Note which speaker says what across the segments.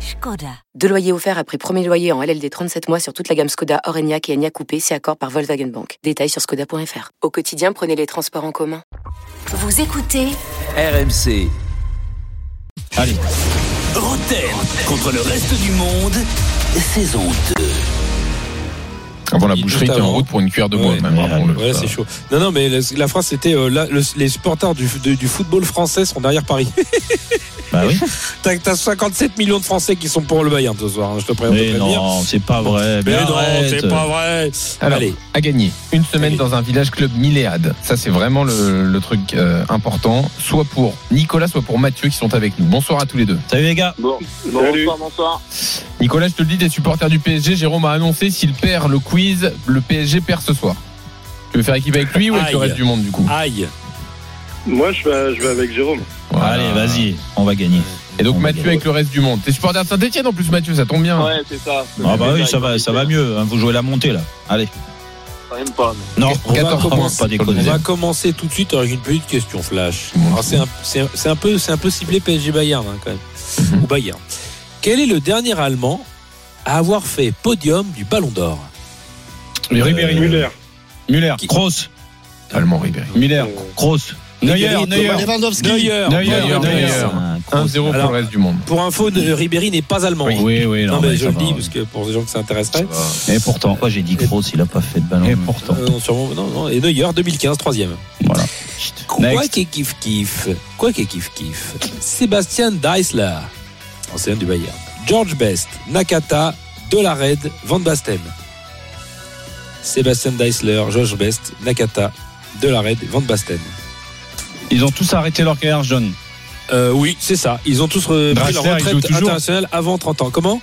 Speaker 1: Skoda. Deux loyers offerts après premier loyer en LLD 37 mois sur toute la gamme Skoda, Orenia et Enya Coupé, c'est accord par Volkswagen Bank. Détails sur skoda.fr. Au quotidien, prenez les transports en commun.
Speaker 2: Vous écoutez
Speaker 3: RMC.
Speaker 4: Allez,
Speaker 5: Rotten contre le reste du monde, saison 2.
Speaker 4: avant la
Speaker 6: Oui,
Speaker 4: boucherie, t'es en
Speaker 6: notamment.
Speaker 4: route pour une cuillère de bois,
Speaker 6: Ouais,
Speaker 4: même. avant le-
Speaker 6: Ouais, c'est chaud. Non, non, mais la, la phrase c'était euh, là, le- les supporters du, du- du football français sont derrière Paris.
Speaker 4: Bah oui.
Speaker 6: T'as t'as 57 millions de Français qui sont pour le Bayern ce soir. hein, je te préviens.
Speaker 4: Mais non, c'est pas vrai. Mais arrête.
Speaker 6: vrai.
Speaker 4: Alors,
Speaker 6: Allez.
Speaker 4: à gagner. Une semaine
Speaker 6: Allez.
Speaker 4: dans un village club milléade. Ça, c'est vraiment le, le truc euh, important. Soit pour Nicolas, soit pour Mathieu qui sont avec nous. Bonsoir à tous les deux.
Speaker 7: Salut les gars.
Speaker 8: Bon, bonsoir, bonsoir.
Speaker 4: Nicolas, je te le dis, des supporters du PSG, Jérôme a annoncé s'il perd le quiz, le PSG perd ce soir. Tu veux faire équipe avec lui ou avec le
Speaker 6: Aïe. Ah.
Speaker 4: reste du monde du coup
Speaker 6: Aïe.
Speaker 8: Moi, je vais, je vais avec Jérôme.
Speaker 4: Voilà.
Speaker 7: Allez, vas-y, on va gagner.
Speaker 4: Et donc
Speaker 7: On va
Speaker 4: Mathieu
Speaker 7: gagner.
Speaker 4: avec le reste du monde. T'es supporter de Saint-Etienne en plus Mathieu, ça tombe bien.
Speaker 8: Ouais, c'est ça.
Speaker 7: Ah bah oui, ça va, ça va mieux. hein, vous jouez la montée là. Allez.
Speaker 8: Quand même pas. mais-
Speaker 7: Non, on va,
Speaker 4: 14,
Speaker 7: commencer- pas
Speaker 6: On
Speaker 7: déconner.
Speaker 6: va commencer tout de suite avec une petite question flash.
Speaker 4: Bon.
Speaker 6: Alors, C'est un, c'est un- c'est un peu, c'est un peu ciblé PSG Bayern hein, quand
Speaker 4: Mmh.
Speaker 6: même. Ou Bayern. Quel est le dernier Allemand à avoir fait podium du Ballon d'Or
Speaker 4: Mais Ribéry.
Speaker 8: Müller.
Speaker 7: Müller, Kroos,
Speaker 4: Allemand Ribéry.
Speaker 7: Müller,
Speaker 8: Euh,
Speaker 7: Kroos,
Speaker 6: Neuer,
Speaker 7: Neuer, Neuer, Ah,
Speaker 6: Lewandowski.
Speaker 4: Neuer, Neuer. 1-0 pour
Speaker 6: Alors-
Speaker 4: le reste du monde.
Speaker 6: Pour info, ne- Ribéry n'est pas allemand.
Speaker 7: Oui, oui, oui,
Speaker 6: Non,
Speaker 7: non,
Speaker 6: mais
Speaker 7: mais
Speaker 6: je
Speaker 7: ça
Speaker 6: le
Speaker 7: va.
Speaker 6: dis parce que pour les gens qui s'intéresseraient.
Speaker 7: Et pourtant, moi j'ai dit Kroos, il a pas fait de ballon. hein
Speaker 4: Et pourtant.
Speaker 6: euh, non, sûrement, non, non. Et Neuer, 2015, troisième.
Speaker 7: Voilà.
Speaker 6: Quoi
Speaker 7: Next.
Speaker 6: qu'il kiffe, kiffe. Quoi qu'il kiffe, kiffe. Sébastien Deisler, ancien du Bayern. George Best, Nakata, Delared, Van Basten. Sébastien Deisler, George Best, Nakata, Delared, Van Basten.
Speaker 7: Ils ont tous arrêté leur carrière jeune.
Speaker 6: Euh, oui, c'est ça. Ils ont tous euh, pris
Speaker 7: Draxler, il
Speaker 6: leur
Speaker 7: joue
Speaker 6: retraite
Speaker 7: toujours
Speaker 6: internationale avant 30 ans. Comment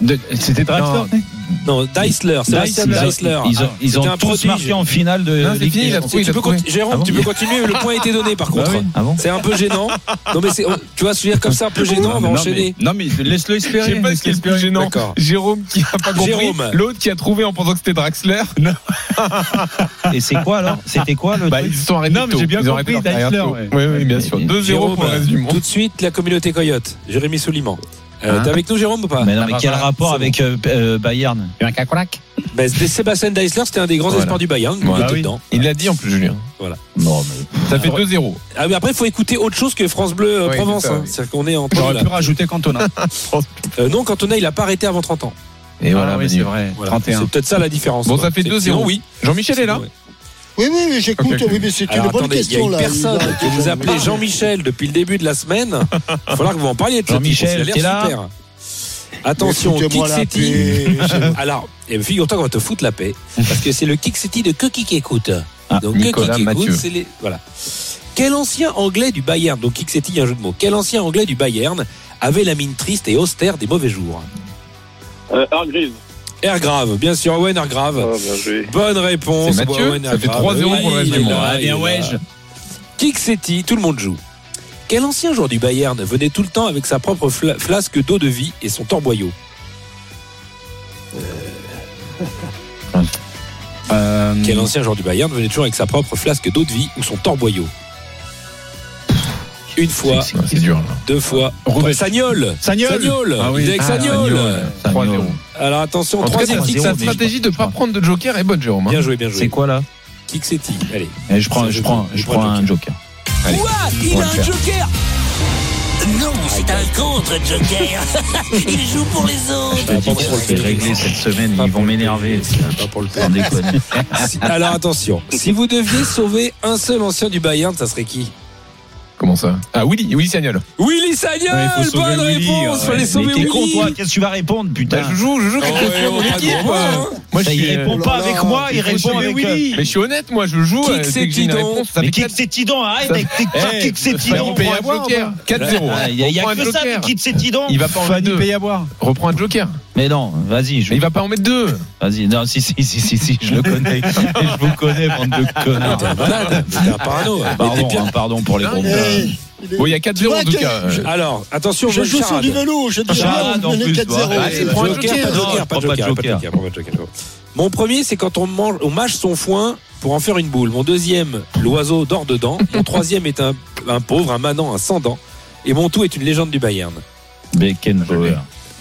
Speaker 4: De- C'était
Speaker 7: Draxler,
Speaker 4: Non,
Speaker 6: Non, Deisler, Sébastien Deisler.
Speaker 7: Ils ont,
Speaker 6: Ah,
Speaker 7: ils
Speaker 6: c'était
Speaker 7: ont
Speaker 6: un
Speaker 7: tous
Speaker 6: prodige.
Speaker 7: marqué en finale de
Speaker 4: Non, c'est
Speaker 7: Ligue
Speaker 4: fini,
Speaker 7: des
Speaker 4: il a
Speaker 7: Champions.
Speaker 4: trouvé,
Speaker 6: Tu
Speaker 4: il a
Speaker 6: peux
Speaker 4: trouvé.
Speaker 6: conti- Jérôme,
Speaker 7: Ah bon
Speaker 6: tu peux continuer, le point a été donné par
Speaker 7: Bah
Speaker 6: contre.
Speaker 7: oui. Ah bon
Speaker 6: C'est un peu gênant. Non mais c'est, oh, tu vois, se dire comme ça, un peu gênant, on va
Speaker 7: Non, mais-
Speaker 6: enchaîner.
Speaker 7: Non mais laisse-le
Speaker 4: Je
Speaker 7: espérer.
Speaker 4: sais pas ce qui est le plus gênant.
Speaker 6: D'accord.
Speaker 4: Jérôme qui a pas compris.
Speaker 6: Jérôme.
Speaker 4: L'autre qui a trouvé en pensant que c'était Draxler.
Speaker 7: Et c'est quoi alors C'était quoi le
Speaker 4: Bah,
Speaker 7: truc
Speaker 4: ils se sont arrêtés.
Speaker 7: Non, mais
Speaker 4: tôt.
Speaker 7: j'ai bien
Speaker 4: Ils ont arrêté
Speaker 7: compris,
Speaker 4: leur carrière
Speaker 7: Draxler,
Speaker 4: tôt.
Speaker 7: ouais.
Speaker 4: Oui, oui, bien sûr.
Speaker 7: Mais-
Speaker 4: 2-0 pour le reste du
Speaker 6: tout
Speaker 4: monde.
Speaker 6: de suite, la communauté Coyote. Jérémy Souliman. Euh,
Speaker 4: Hein
Speaker 6: T'es avec nous, Jérôme, ou pas
Speaker 7: Mais non,
Speaker 4: Ah,
Speaker 7: mais quel
Speaker 4: voilà,
Speaker 7: rapport
Speaker 6: c'est
Speaker 7: avec euh, euh, Bayern
Speaker 4: Un cacolac.
Speaker 6: Bah, c'est- Sébastien Deisler, c'était un des grands
Speaker 4: Voilà. Bah
Speaker 6: espoirs du Bayern.
Speaker 4: Voilà,
Speaker 6: il était
Speaker 7: oui.
Speaker 6: dedans.
Speaker 4: Il l'a dit en plus, Julien.
Speaker 7: Non mais.
Speaker 4: Ça fait 2-0.
Speaker 6: Ah, mais après, il faut écouter autre chose que France Bleu euh,
Speaker 4: Oui,
Speaker 6: Provence.
Speaker 4: c'est ça,
Speaker 6: hein.
Speaker 4: oui.
Speaker 6: C'est-à-dire qu'on est en temps,
Speaker 7: J'aurais
Speaker 6: là.
Speaker 7: pu rajouter Cantona.
Speaker 6: Euh, Non, Cantona, il a pas arrêté avant 30 ans.
Speaker 4: Et voilà,
Speaker 7: Ah oui,
Speaker 4: Manu.
Speaker 7: c'est vrai.
Speaker 6: Voilà.
Speaker 7: 31.
Speaker 6: C'est peut-être ça la différence.
Speaker 4: Bon,
Speaker 6: quoi.
Speaker 4: ça fait
Speaker 6: C'est-
Speaker 4: 2-0.
Speaker 6: sinon, Oui.
Speaker 4: Jean-Michel est là
Speaker 6: Ouais.
Speaker 9: Oui, oui, mais j'écoute,
Speaker 4: Ok, ok.
Speaker 9: oui, mais c'est
Speaker 6: Alors,
Speaker 9: une bonne
Speaker 6: attendez, il y a
Speaker 9: question
Speaker 6: une
Speaker 9: là.
Speaker 6: personne
Speaker 9: Il a-
Speaker 6: que vous appelez Jean-Michel depuis le début de la semaine. Il va falloir que vous en parliez de ce type,
Speaker 7: Jean-Michel,
Speaker 6: parce qu'il a l'air
Speaker 7: t'es là
Speaker 6: super. Attention,
Speaker 9: Mais
Speaker 6: Kick
Speaker 9: foutez-moi la
Speaker 6: City.
Speaker 9: paix, c'est-
Speaker 6: Alors, eh, figure-toi qu'on va te foutre la paix, parce que c'est le Kick City de que qui écoute.
Speaker 7: Ah,
Speaker 6: donc
Speaker 4: Nicolas
Speaker 6: que qui écoute,
Speaker 4: Mathieu.
Speaker 6: c'est les. Voilà. Quel ancien anglais du Bayern, donc Kick City, il y a un jeu de mots. Quel ancien anglais du Bayern avait la mine triste et austère des mauvais jours
Speaker 8: Euh, Earl Grey.
Speaker 6: Air grave, bien sûr, Owen Air grave.
Speaker 8: Ah, bien joué.
Speaker 6: Bonne réponse.
Speaker 4: Euh, C'est Mathieu,
Speaker 6: Owen
Speaker 4: ça
Speaker 6: Airgrave.
Speaker 4: fait 3-0 pour le reste
Speaker 6: il
Speaker 4: du
Speaker 6: est
Speaker 4: monde.
Speaker 6: là,
Speaker 7: Ah,
Speaker 6: il est
Speaker 7: bien, ouais,
Speaker 6: là.
Speaker 7: je-
Speaker 6: Kick City, tout le monde joue. Quel ancien joueur du Bayern venait tout le temps avec sa propre fla- flasque d'eau de vie et son torboyau
Speaker 7: Euh,
Speaker 4: Hmm.
Speaker 6: Quel ancien joueur du Bayern venait toujours avec sa propre flasque d'eau de vie ou son torboyau Une fois,
Speaker 4: Ouais, C'est dur. là.
Speaker 6: deux fois.
Speaker 7: Robert.
Speaker 6: Sagnol
Speaker 7: Sagnol
Speaker 4: Ah oui.
Speaker 6: Il est avec
Speaker 4: Ah,
Speaker 6: Sagnol.
Speaker 4: Sagnol. 3-0.
Speaker 6: Alors attention,
Speaker 4: En tout cas,
Speaker 6: troisième
Speaker 4: ça
Speaker 7: c'est
Speaker 6: kick.
Speaker 4: dit que
Speaker 7: zéro,
Speaker 4: sa
Speaker 7: mais je
Speaker 4: stratégie de
Speaker 7: crois-
Speaker 4: ne pas
Speaker 7: je
Speaker 4: prendre de joker est bonne, Jérôme. hein.
Speaker 6: Bien joué, bien joué.
Speaker 7: C'est quoi là
Speaker 6: Kick City. Allez.
Speaker 7: Eh, Je prends,
Speaker 6: C'est
Speaker 7: je
Speaker 6: le
Speaker 7: prends,
Speaker 6: joker.
Speaker 7: je prends un joker.
Speaker 4: Allez,
Speaker 5: Quoi
Speaker 4: on
Speaker 5: Il
Speaker 4: va
Speaker 5: a
Speaker 4: le
Speaker 5: un
Speaker 4: faire.
Speaker 5: joker Non, c'est un contre-joker Il joue pour les autres
Speaker 6: Ah, pas pour le
Speaker 7: C'est
Speaker 6: fait.
Speaker 7: réglé cette semaine, ils vont m'énerver.
Speaker 6: Pas pour le
Speaker 7: Sans déconner.
Speaker 6: Si- Alors attention, si vous deviez sauver un seul ancien du Bayern, ça serait qui
Speaker 4: Comment ça Ah, Willy, Willy Sagnol.
Speaker 6: Willy Sagnol
Speaker 7: Ouais, il faut sauver
Speaker 6: Bonne
Speaker 7: Willy,
Speaker 6: réponse
Speaker 7: ouais.
Speaker 6: Fallait sauver
Speaker 7: Mais t'es
Speaker 6: Willy
Speaker 7: con, toi, qu'est-ce que tu vas répondre,
Speaker 4: Bah,
Speaker 7: putain
Speaker 4: je joue, je joue
Speaker 6: Oh,
Speaker 4: quelque
Speaker 6: ouais,
Speaker 4: chose pour
Speaker 6: on a
Speaker 4: l'équipe.
Speaker 6: le droit, hein.
Speaker 4: Moi,
Speaker 7: Ça, il
Speaker 4: suis, euh,
Speaker 7: répond
Speaker 9: oh
Speaker 7: pas
Speaker 9: là
Speaker 7: avec
Speaker 9: là,
Speaker 7: moi, il
Speaker 4: il faut
Speaker 7: répond
Speaker 4: sauver
Speaker 7: avec
Speaker 4: Willy.
Speaker 7: euh,
Speaker 4: Mais je suis honnête, moi, je joue.
Speaker 6: Qui
Speaker 4: euh,
Speaker 6: que
Speaker 4: dès
Speaker 6: c'est,
Speaker 4: que j'ai une
Speaker 6: Tidon
Speaker 4: réponse, ça
Speaker 7: Mais
Speaker 4: fait
Speaker 7: qui que
Speaker 4: 4
Speaker 7: c'est Tidon Arrête
Speaker 4: Ça-
Speaker 7: avec tes
Speaker 4: Eh,
Speaker 7: Ah, qui que c'est
Speaker 4: Il
Speaker 7: Tidon
Speaker 4: un
Speaker 7: prend à boire,
Speaker 4: joker.
Speaker 7: moi.
Speaker 4: 4-0.
Speaker 7: Ah, Il y a- il y a
Speaker 4: Reprends un
Speaker 7: que ça,
Speaker 4: joker.
Speaker 7: qui que c'est Tidon
Speaker 4: Il va pas en
Speaker 7: Fanny
Speaker 4: deux.
Speaker 7: paye à boire.
Speaker 4: Reprends un joker.
Speaker 7: Mais non, vas-y, je...
Speaker 4: Mais il va pas en mettre deux.
Speaker 7: vas-y, non, si, si, si, si, si, je le connais. Et je vous connais, bande de
Speaker 6: Ah,
Speaker 7: connards.
Speaker 6: t'es un malade, t'es un parano. Mais t'es
Speaker 7: Pardon,
Speaker 6: bien-
Speaker 7: hein, pardon pour les
Speaker 4: Non,
Speaker 7: groupes.
Speaker 2: Eh,
Speaker 6: ben,
Speaker 2: il est-
Speaker 4: Bon, il y a 4-0 en tout
Speaker 2: Ouais,
Speaker 4: cas.
Speaker 2: je-
Speaker 6: Alors, attention,
Speaker 2: Je joue sur
Speaker 6: Charade.
Speaker 2: du vélo, je dis
Speaker 7: Charade,
Speaker 2: rien,
Speaker 7: en
Speaker 2: on est
Speaker 7: plus,
Speaker 2: 4-0.
Speaker 7: bah,
Speaker 4: allez,
Speaker 2: Ouais,
Speaker 4: prends un
Speaker 2: ouais.
Speaker 6: Joker, pas de
Speaker 4: joker.
Speaker 6: joker, pas de
Speaker 7: Non,
Speaker 6: joker, pas de joker, pas de joker. Mon premier, c'est quand on mange, on mâche son foin pour en faire une boule. Mon deuxième, l'oiseau dort dedans. Mon troisième est un, un pauvre, un manant, un sans dents. Et mon tout est une légende du Bayern.
Speaker 7: Beckenbauer.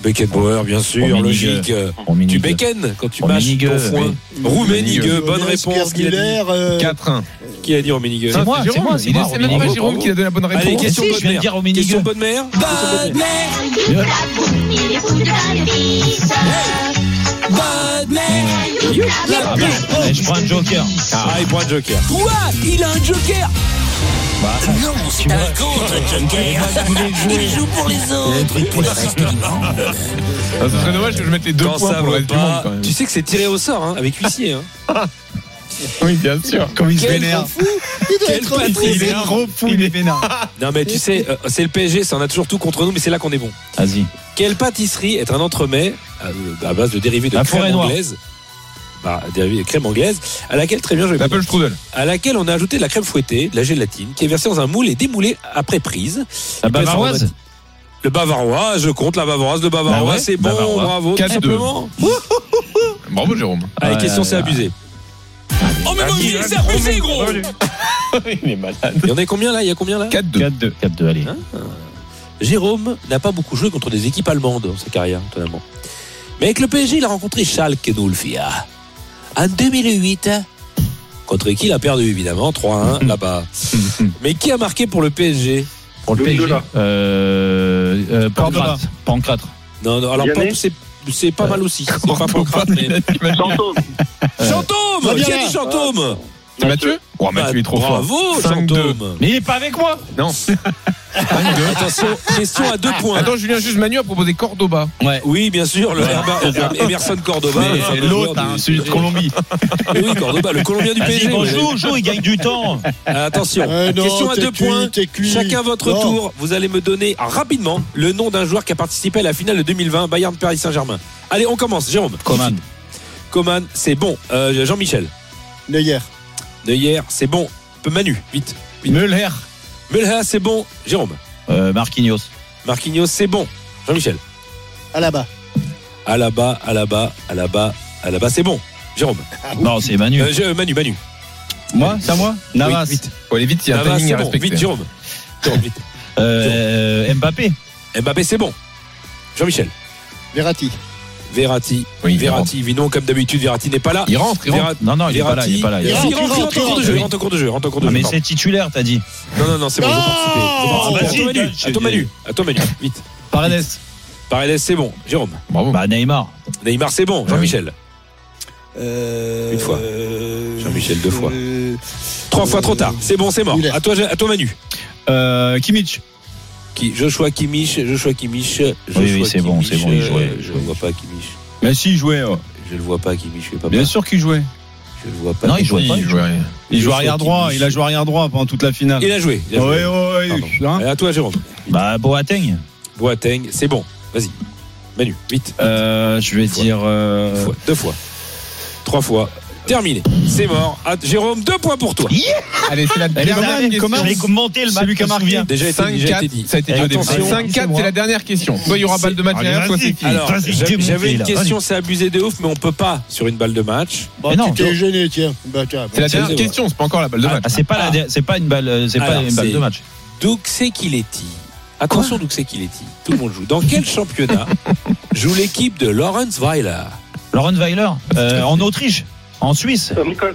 Speaker 6: Beckenbauer, bien sûr,
Speaker 7: Rummenigge.
Speaker 6: logique. euh, Tu
Speaker 7: Rummenigge.
Speaker 6: becken quand tu mâches
Speaker 7: Rummenigge,
Speaker 6: ton foin. Rummenigge, bonne réponse. Qui a, dit,
Speaker 2: Muller, euh,
Speaker 4: 4-1.
Speaker 6: qui a dit Rummenigge
Speaker 7: C'est moi,
Speaker 4: Jérôme,
Speaker 7: c'est moi, c'est
Speaker 4: il
Speaker 7: moi,
Speaker 4: est- C'est même pas
Speaker 7: Romanigo.
Speaker 4: Jérôme qui a donné la bonne
Speaker 6: Allez,
Speaker 4: réponse.
Speaker 6: question
Speaker 7: Si, je
Speaker 6: bonne
Speaker 7: viens de
Speaker 6: mère.
Speaker 7: dire Rummenigge.
Speaker 6: Question bonne mère. Question bonne mère.
Speaker 7: Ah, bah, allez, je prends un joker.
Speaker 6: Ah, il prend un joker.
Speaker 5: Quoi Il a un joker
Speaker 7: Bah,
Speaker 5: Non, c'est un contre-joker. Il joue pour les autres, et pour le reste du monde.
Speaker 4: Ah, Ce serait dommage que je mette les deux
Speaker 6: Quand
Speaker 4: points
Speaker 6: ça
Speaker 4: pour le
Speaker 6: va
Speaker 4: reste du monde
Speaker 6: pas,
Speaker 4: quand même.
Speaker 6: tu sais que c'est tiré au sort, hein, avec huissier. Hein.
Speaker 4: Oui, bien sûr.
Speaker 7: comme il
Speaker 6: Quel grand fou
Speaker 2: il doit
Speaker 6: Quel
Speaker 2: être
Speaker 6: patron.
Speaker 2: fou.
Speaker 6: Il est un
Speaker 7: gros fou, il est vénard.
Speaker 6: Non mais tu sais, euh, c'est le PSG, ça en a toujours tout contre nous, mais c'est là qu'on est bon.
Speaker 7: Vas-y.
Speaker 6: Quelle pâtisserie est un entremets à, euh, à base de dérivés de
Speaker 7: La forêt
Speaker 6: crème
Speaker 7: noire.
Speaker 6: anglaise bah, dérivés de crème anglaise, à laquelle très bien je vais vous
Speaker 4: L'Apple
Speaker 6: dire.
Speaker 4: Strudel.
Speaker 6: à laquelle on a ajouté de la crème fouettée, de la gélatine, qui est versée dans un moule et démoulée après prise.
Speaker 7: La
Speaker 6: Il peut être
Speaker 7: bavaroise
Speaker 6: Le bavarois, je compte la bavaroise, le bavarois,
Speaker 7: Bah ouais,
Speaker 6: c'est bon,
Speaker 7: Bavarois.
Speaker 6: bravo, tout
Speaker 4: 4-2.
Speaker 6: simplement.
Speaker 4: Bravo Jérôme.
Speaker 6: Allez,
Speaker 7: Ouais, Ah,
Speaker 6: question, c'est
Speaker 7: ouais.
Speaker 6: abusé.
Speaker 5: Oh, mais mon Dieu, c'est abusé, gros
Speaker 7: Il est malade.
Speaker 6: Il y en a combien là Il y a combien là
Speaker 4: 4-2.
Speaker 7: 4-2. 4-2, allez.
Speaker 6: Jérôme n'a pas beaucoup joué contre des équipes allemandes dans sa carrière, étonnamment. Mais avec le PSG, il a rencontré Schalke 04. En 2008, contre qui il a perdu, évidemment, 3-1 là-bas. Mais qui a marqué pour le PSG
Speaker 7: Pour le
Speaker 8: Le
Speaker 7: PSG.
Speaker 8: Lola.
Speaker 7: Euh, euh, Pancrate. Pancrate.
Speaker 6: Non, non, alors
Speaker 8: Vianney
Speaker 6: Pamp, c'est. C'est
Speaker 4: Euh,
Speaker 6: pas mal aussi. C'est pas Pancrate, mais-
Speaker 8: Fantôme.
Speaker 6: Chantôme Qui a
Speaker 2: Vianney.
Speaker 6: dit Chantôme
Speaker 4: C'est Mathieu Oh, Ah, Mathieu est trop fort. 5-2.
Speaker 6: Bravo, Chantôme
Speaker 7: Mais il est pas avec moi
Speaker 4: Non. 5-2.
Speaker 6: Attention, question à deux points.
Speaker 4: Attends, Julien, juste Manu a proposé Cordoba.
Speaker 6: Oui, bien sûr, le Herba- Emerson Cordoba. le fameux
Speaker 7: Mais
Speaker 6: joueur
Speaker 7: l'autre,
Speaker 6: du-
Speaker 7: hein, celui de Colombie.
Speaker 4: hein.
Speaker 6: Mais Oui, Cordoba, le Colombien du
Speaker 7: Vas-y,
Speaker 6: PSG.
Speaker 7: bon,
Speaker 6: oui.
Speaker 7: joue, joue, il gagne du temps.
Speaker 6: Ah, Attention,
Speaker 2: Eh non,
Speaker 6: question à
Speaker 2: t'es
Speaker 6: deux
Speaker 2: cuit,
Speaker 6: points.
Speaker 2: t'es cuit.
Speaker 6: Chacun votre
Speaker 2: Non.
Speaker 6: tour. Vous allez me donner rapidement le nom d'un joueur qui a participé à la finale de 2020, Bayern Paris Saint-Germain. Allez, on commence. Jérôme.
Speaker 7: Coman.
Speaker 6: Coman, c'est bon. Euh, Jean-Michel.
Speaker 2: Neuer.
Speaker 6: Neuer, c'est bon. Manu, vite.
Speaker 7: Müller.
Speaker 6: Mulha, c'est bon. Jérôme.
Speaker 7: Euh, Marquinhos.
Speaker 6: Marquinhos, c'est bon. Jean-Michel.
Speaker 2: Alaba.
Speaker 6: Alaba, Alaba, Alaba, Alaba, c'est bon. Jérôme.
Speaker 7: Non, c'est Manu.
Speaker 6: Euh, je- euh, Manu, Manu.
Speaker 7: moi, c'est à moi Navas.
Speaker 6: Oui, vite.
Speaker 4: Faut aller vite, il y a un
Speaker 6: Navas,
Speaker 4: timing
Speaker 6: c'est
Speaker 4: à
Speaker 6: bon. Vite,
Speaker 4: respecter.
Speaker 6: Jérôme. Jérôme, vite.
Speaker 7: Euh, Mbappé.
Speaker 6: Mbappé, c'est bon. Jean-Michel.
Speaker 2: Verratti.
Speaker 6: Verratti.
Speaker 4: Oui,
Speaker 6: Verratti, Vinon, comme d'habitude, Verratti n'est pas là.
Speaker 4: Il rentre, il rentre.
Speaker 6: Verratti-
Speaker 7: Non, non, Ah, il est pas là, il est pas là. il est pas là.
Speaker 2: Verratti.
Speaker 6: Il rentre, il rentre, il rentre en cours de jeu, il rentre en cours de jeu, il rentre en cours de
Speaker 7: Ah,
Speaker 6: jeu,
Speaker 7: mais
Speaker 6: pardon.
Speaker 7: c'est titulaire, t'as dit.
Speaker 6: Non, non, non, c'est bon,
Speaker 2: Non
Speaker 6: je participe.
Speaker 7: Ah, vas-y,
Speaker 6: À toi, Manu, à toi, Manu, vite.
Speaker 7: Paredes.
Speaker 6: Paredes, c'est bon. Jérôme.
Speaker 4: Bravo.
Speaker 7: Bah, Neymar.
Speaker 6: Neymar, c'est bon. Jean-Michel.
Speaker 2: Euh,
Speaker 6: Une fois.
Speaker 2: euh,
Speaker 6: Jean-Michel, deux fois.
Speaker 2: euh,
Speaker 6: Trois fois trop tard, c'est bon, c'est mort.
Speaker 2: Il est-
Speaker 6: À toi, à toi, Manu.
Speaker 7: Euh, Kimmich.
Speaker 6: Qui Joshua Kimmich, Joshua Kimmich, Joshua
Speaker 7: Oui, oui, c'est bon,
Speaker 6: Kimmich,
Speaker 7: c'est bon, il
Speaker 6: euh,
Speaker 7: jouait.
Speaker 6: Je ne vois pas Kimmich.
Speaker 7: Mais si, il jouait.
Speaker 6: Je le vois pas, Kimmich. Je ne
Speaker 7: Bien sûr qu'il jouait.
Speaker 6: Je le vois pas.
Speaker 7: Non, il jouait
Speaker 4: Oui,
Speaker 7: pas.
Speaker 4: il jouait rien.
Speaker 7: Il joue
Speaker 6: Joshua
Speaker 7: arrière droit,
Speaker 6: Kimmich.
Speaker 7: il a joué arrière droit pendant toute la finale.
Speaker 6: Il a joué. il a joué.
Speaker 7: Ouais, ouais, ouais. Hein
Speaker 6: Allez, À toi, Jérôme.
Speaker 7: Bah, Boateng.
Speaker 6: Boateng, c'est bon. Vas-y. Manu, vite.
Speaker 7: Euh, je vais
Speaker 6: Fois.
Speaker 7: dire. euh,
Speaker 6: Une fois, deux fois, trois fois. Terminé. C'est mort. Ah, Jérôme, deux points pour toi.
Speaker 4: Allez, c'est la
Speaker 7: Elle est
Speaker 4: dernière
Speaker 7: malade,
Speaker 4: question.
Speaker 7: comment Je vais commenter le match. Celui qui a marqué.
Speaker 6: Déjà été, déjà été
Speaker 4: 5-4,
Speaker 6: dit.
Speaker 4: ça a été dit au début.
Speaker 6: Attention,
Speaker 4: 5-4,
Speaker 7: c'est
Speaker 4: c'est la dernière question. Soit il y aura balle de match
Speaker 7: Ah,
Speaker 4: derrière, soit
Speaker 7: vas-y.
Speaker 4: c'est fini.
Speaker 6: Alors,
Speaker 7: Vas-y,
Speaker 6: j'avais
Speaker 7: démonter,
Speaker 6: j'avais une
Speaker 7: là,
Speaker 6: question, c'est abusé de ouf, mais on peut pas sur une balle de match.
Speaker 2: Bah,
Speaker 7: Mais non.
Speaker 2: tu t'es gêné, tiens. Bah, tiens.
Speaker 4: C'est la
Speaker 6: c'est-
Speaker 4: dernière
Speaker 6: c'est-
Speaker 4: question, c'est pas encore la balle de match.
Speaker 7: Ah, c'est pas, la der- c'est pas une balle, euh, c'est pas
Speaker 6: Alors,
Speaker 7: une balle
Speaker 6: c'est-
Speaker 7: de match.
Speaker 6: Duxekileti. Attention, Duxekileti. Tout le monde joue. Dans quel championnat joue l'équipe de Lawrence Weiler
Speaker 7: Laurent Weiler, euh, en Autriche, en Suisse,
Speaker 8: Nicolas.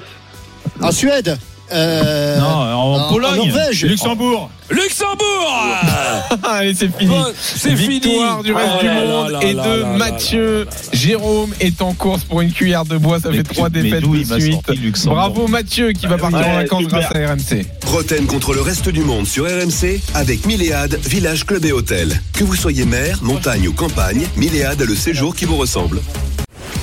Speaker 2: En Suède. Euh,
Speaker 7: non, en,
Speaker 2: en
Speaker 7: Pologne,
Speaker 2: Norvège.
Speaker 7: Luxembourg.
Speaker 6: Luxembourg
Speaker 4: Allez, c'est fini.
Speaker 6: Bon, C'est fini.
Speaker 4: Victoire du reste
Speaker 6: Oh
Speaker 4: du
Speaker 6: là là
Speaker 4: monde
Speaker 6: là
Speaker 4: et
Speaker 6: là
Speaker 4: de
Speaker 6: là là
Speaker 4: Mathieu. Jérôme est en course pour une cuillère de bois. Ça
Speaker 7: Mais
Speaker 4: fait trois
Speaker 7: d'où
Speaker 4: défaites
Speaker 7: il
Speaker 4: de
Speaker 7: m'a
Speaker 4: suite.
Speaker 7: sorti Luxembourg
Speaker 4: Bravo Mathieu qui va partir en vacances grâce à RMC.
Speaker 3: Roten contre le reste du monde sur RMC avec Milléade, village, club et hôtel. Que vous soyez mer, montagne ou campagne, Milléade a le séjour qui vous ressemble.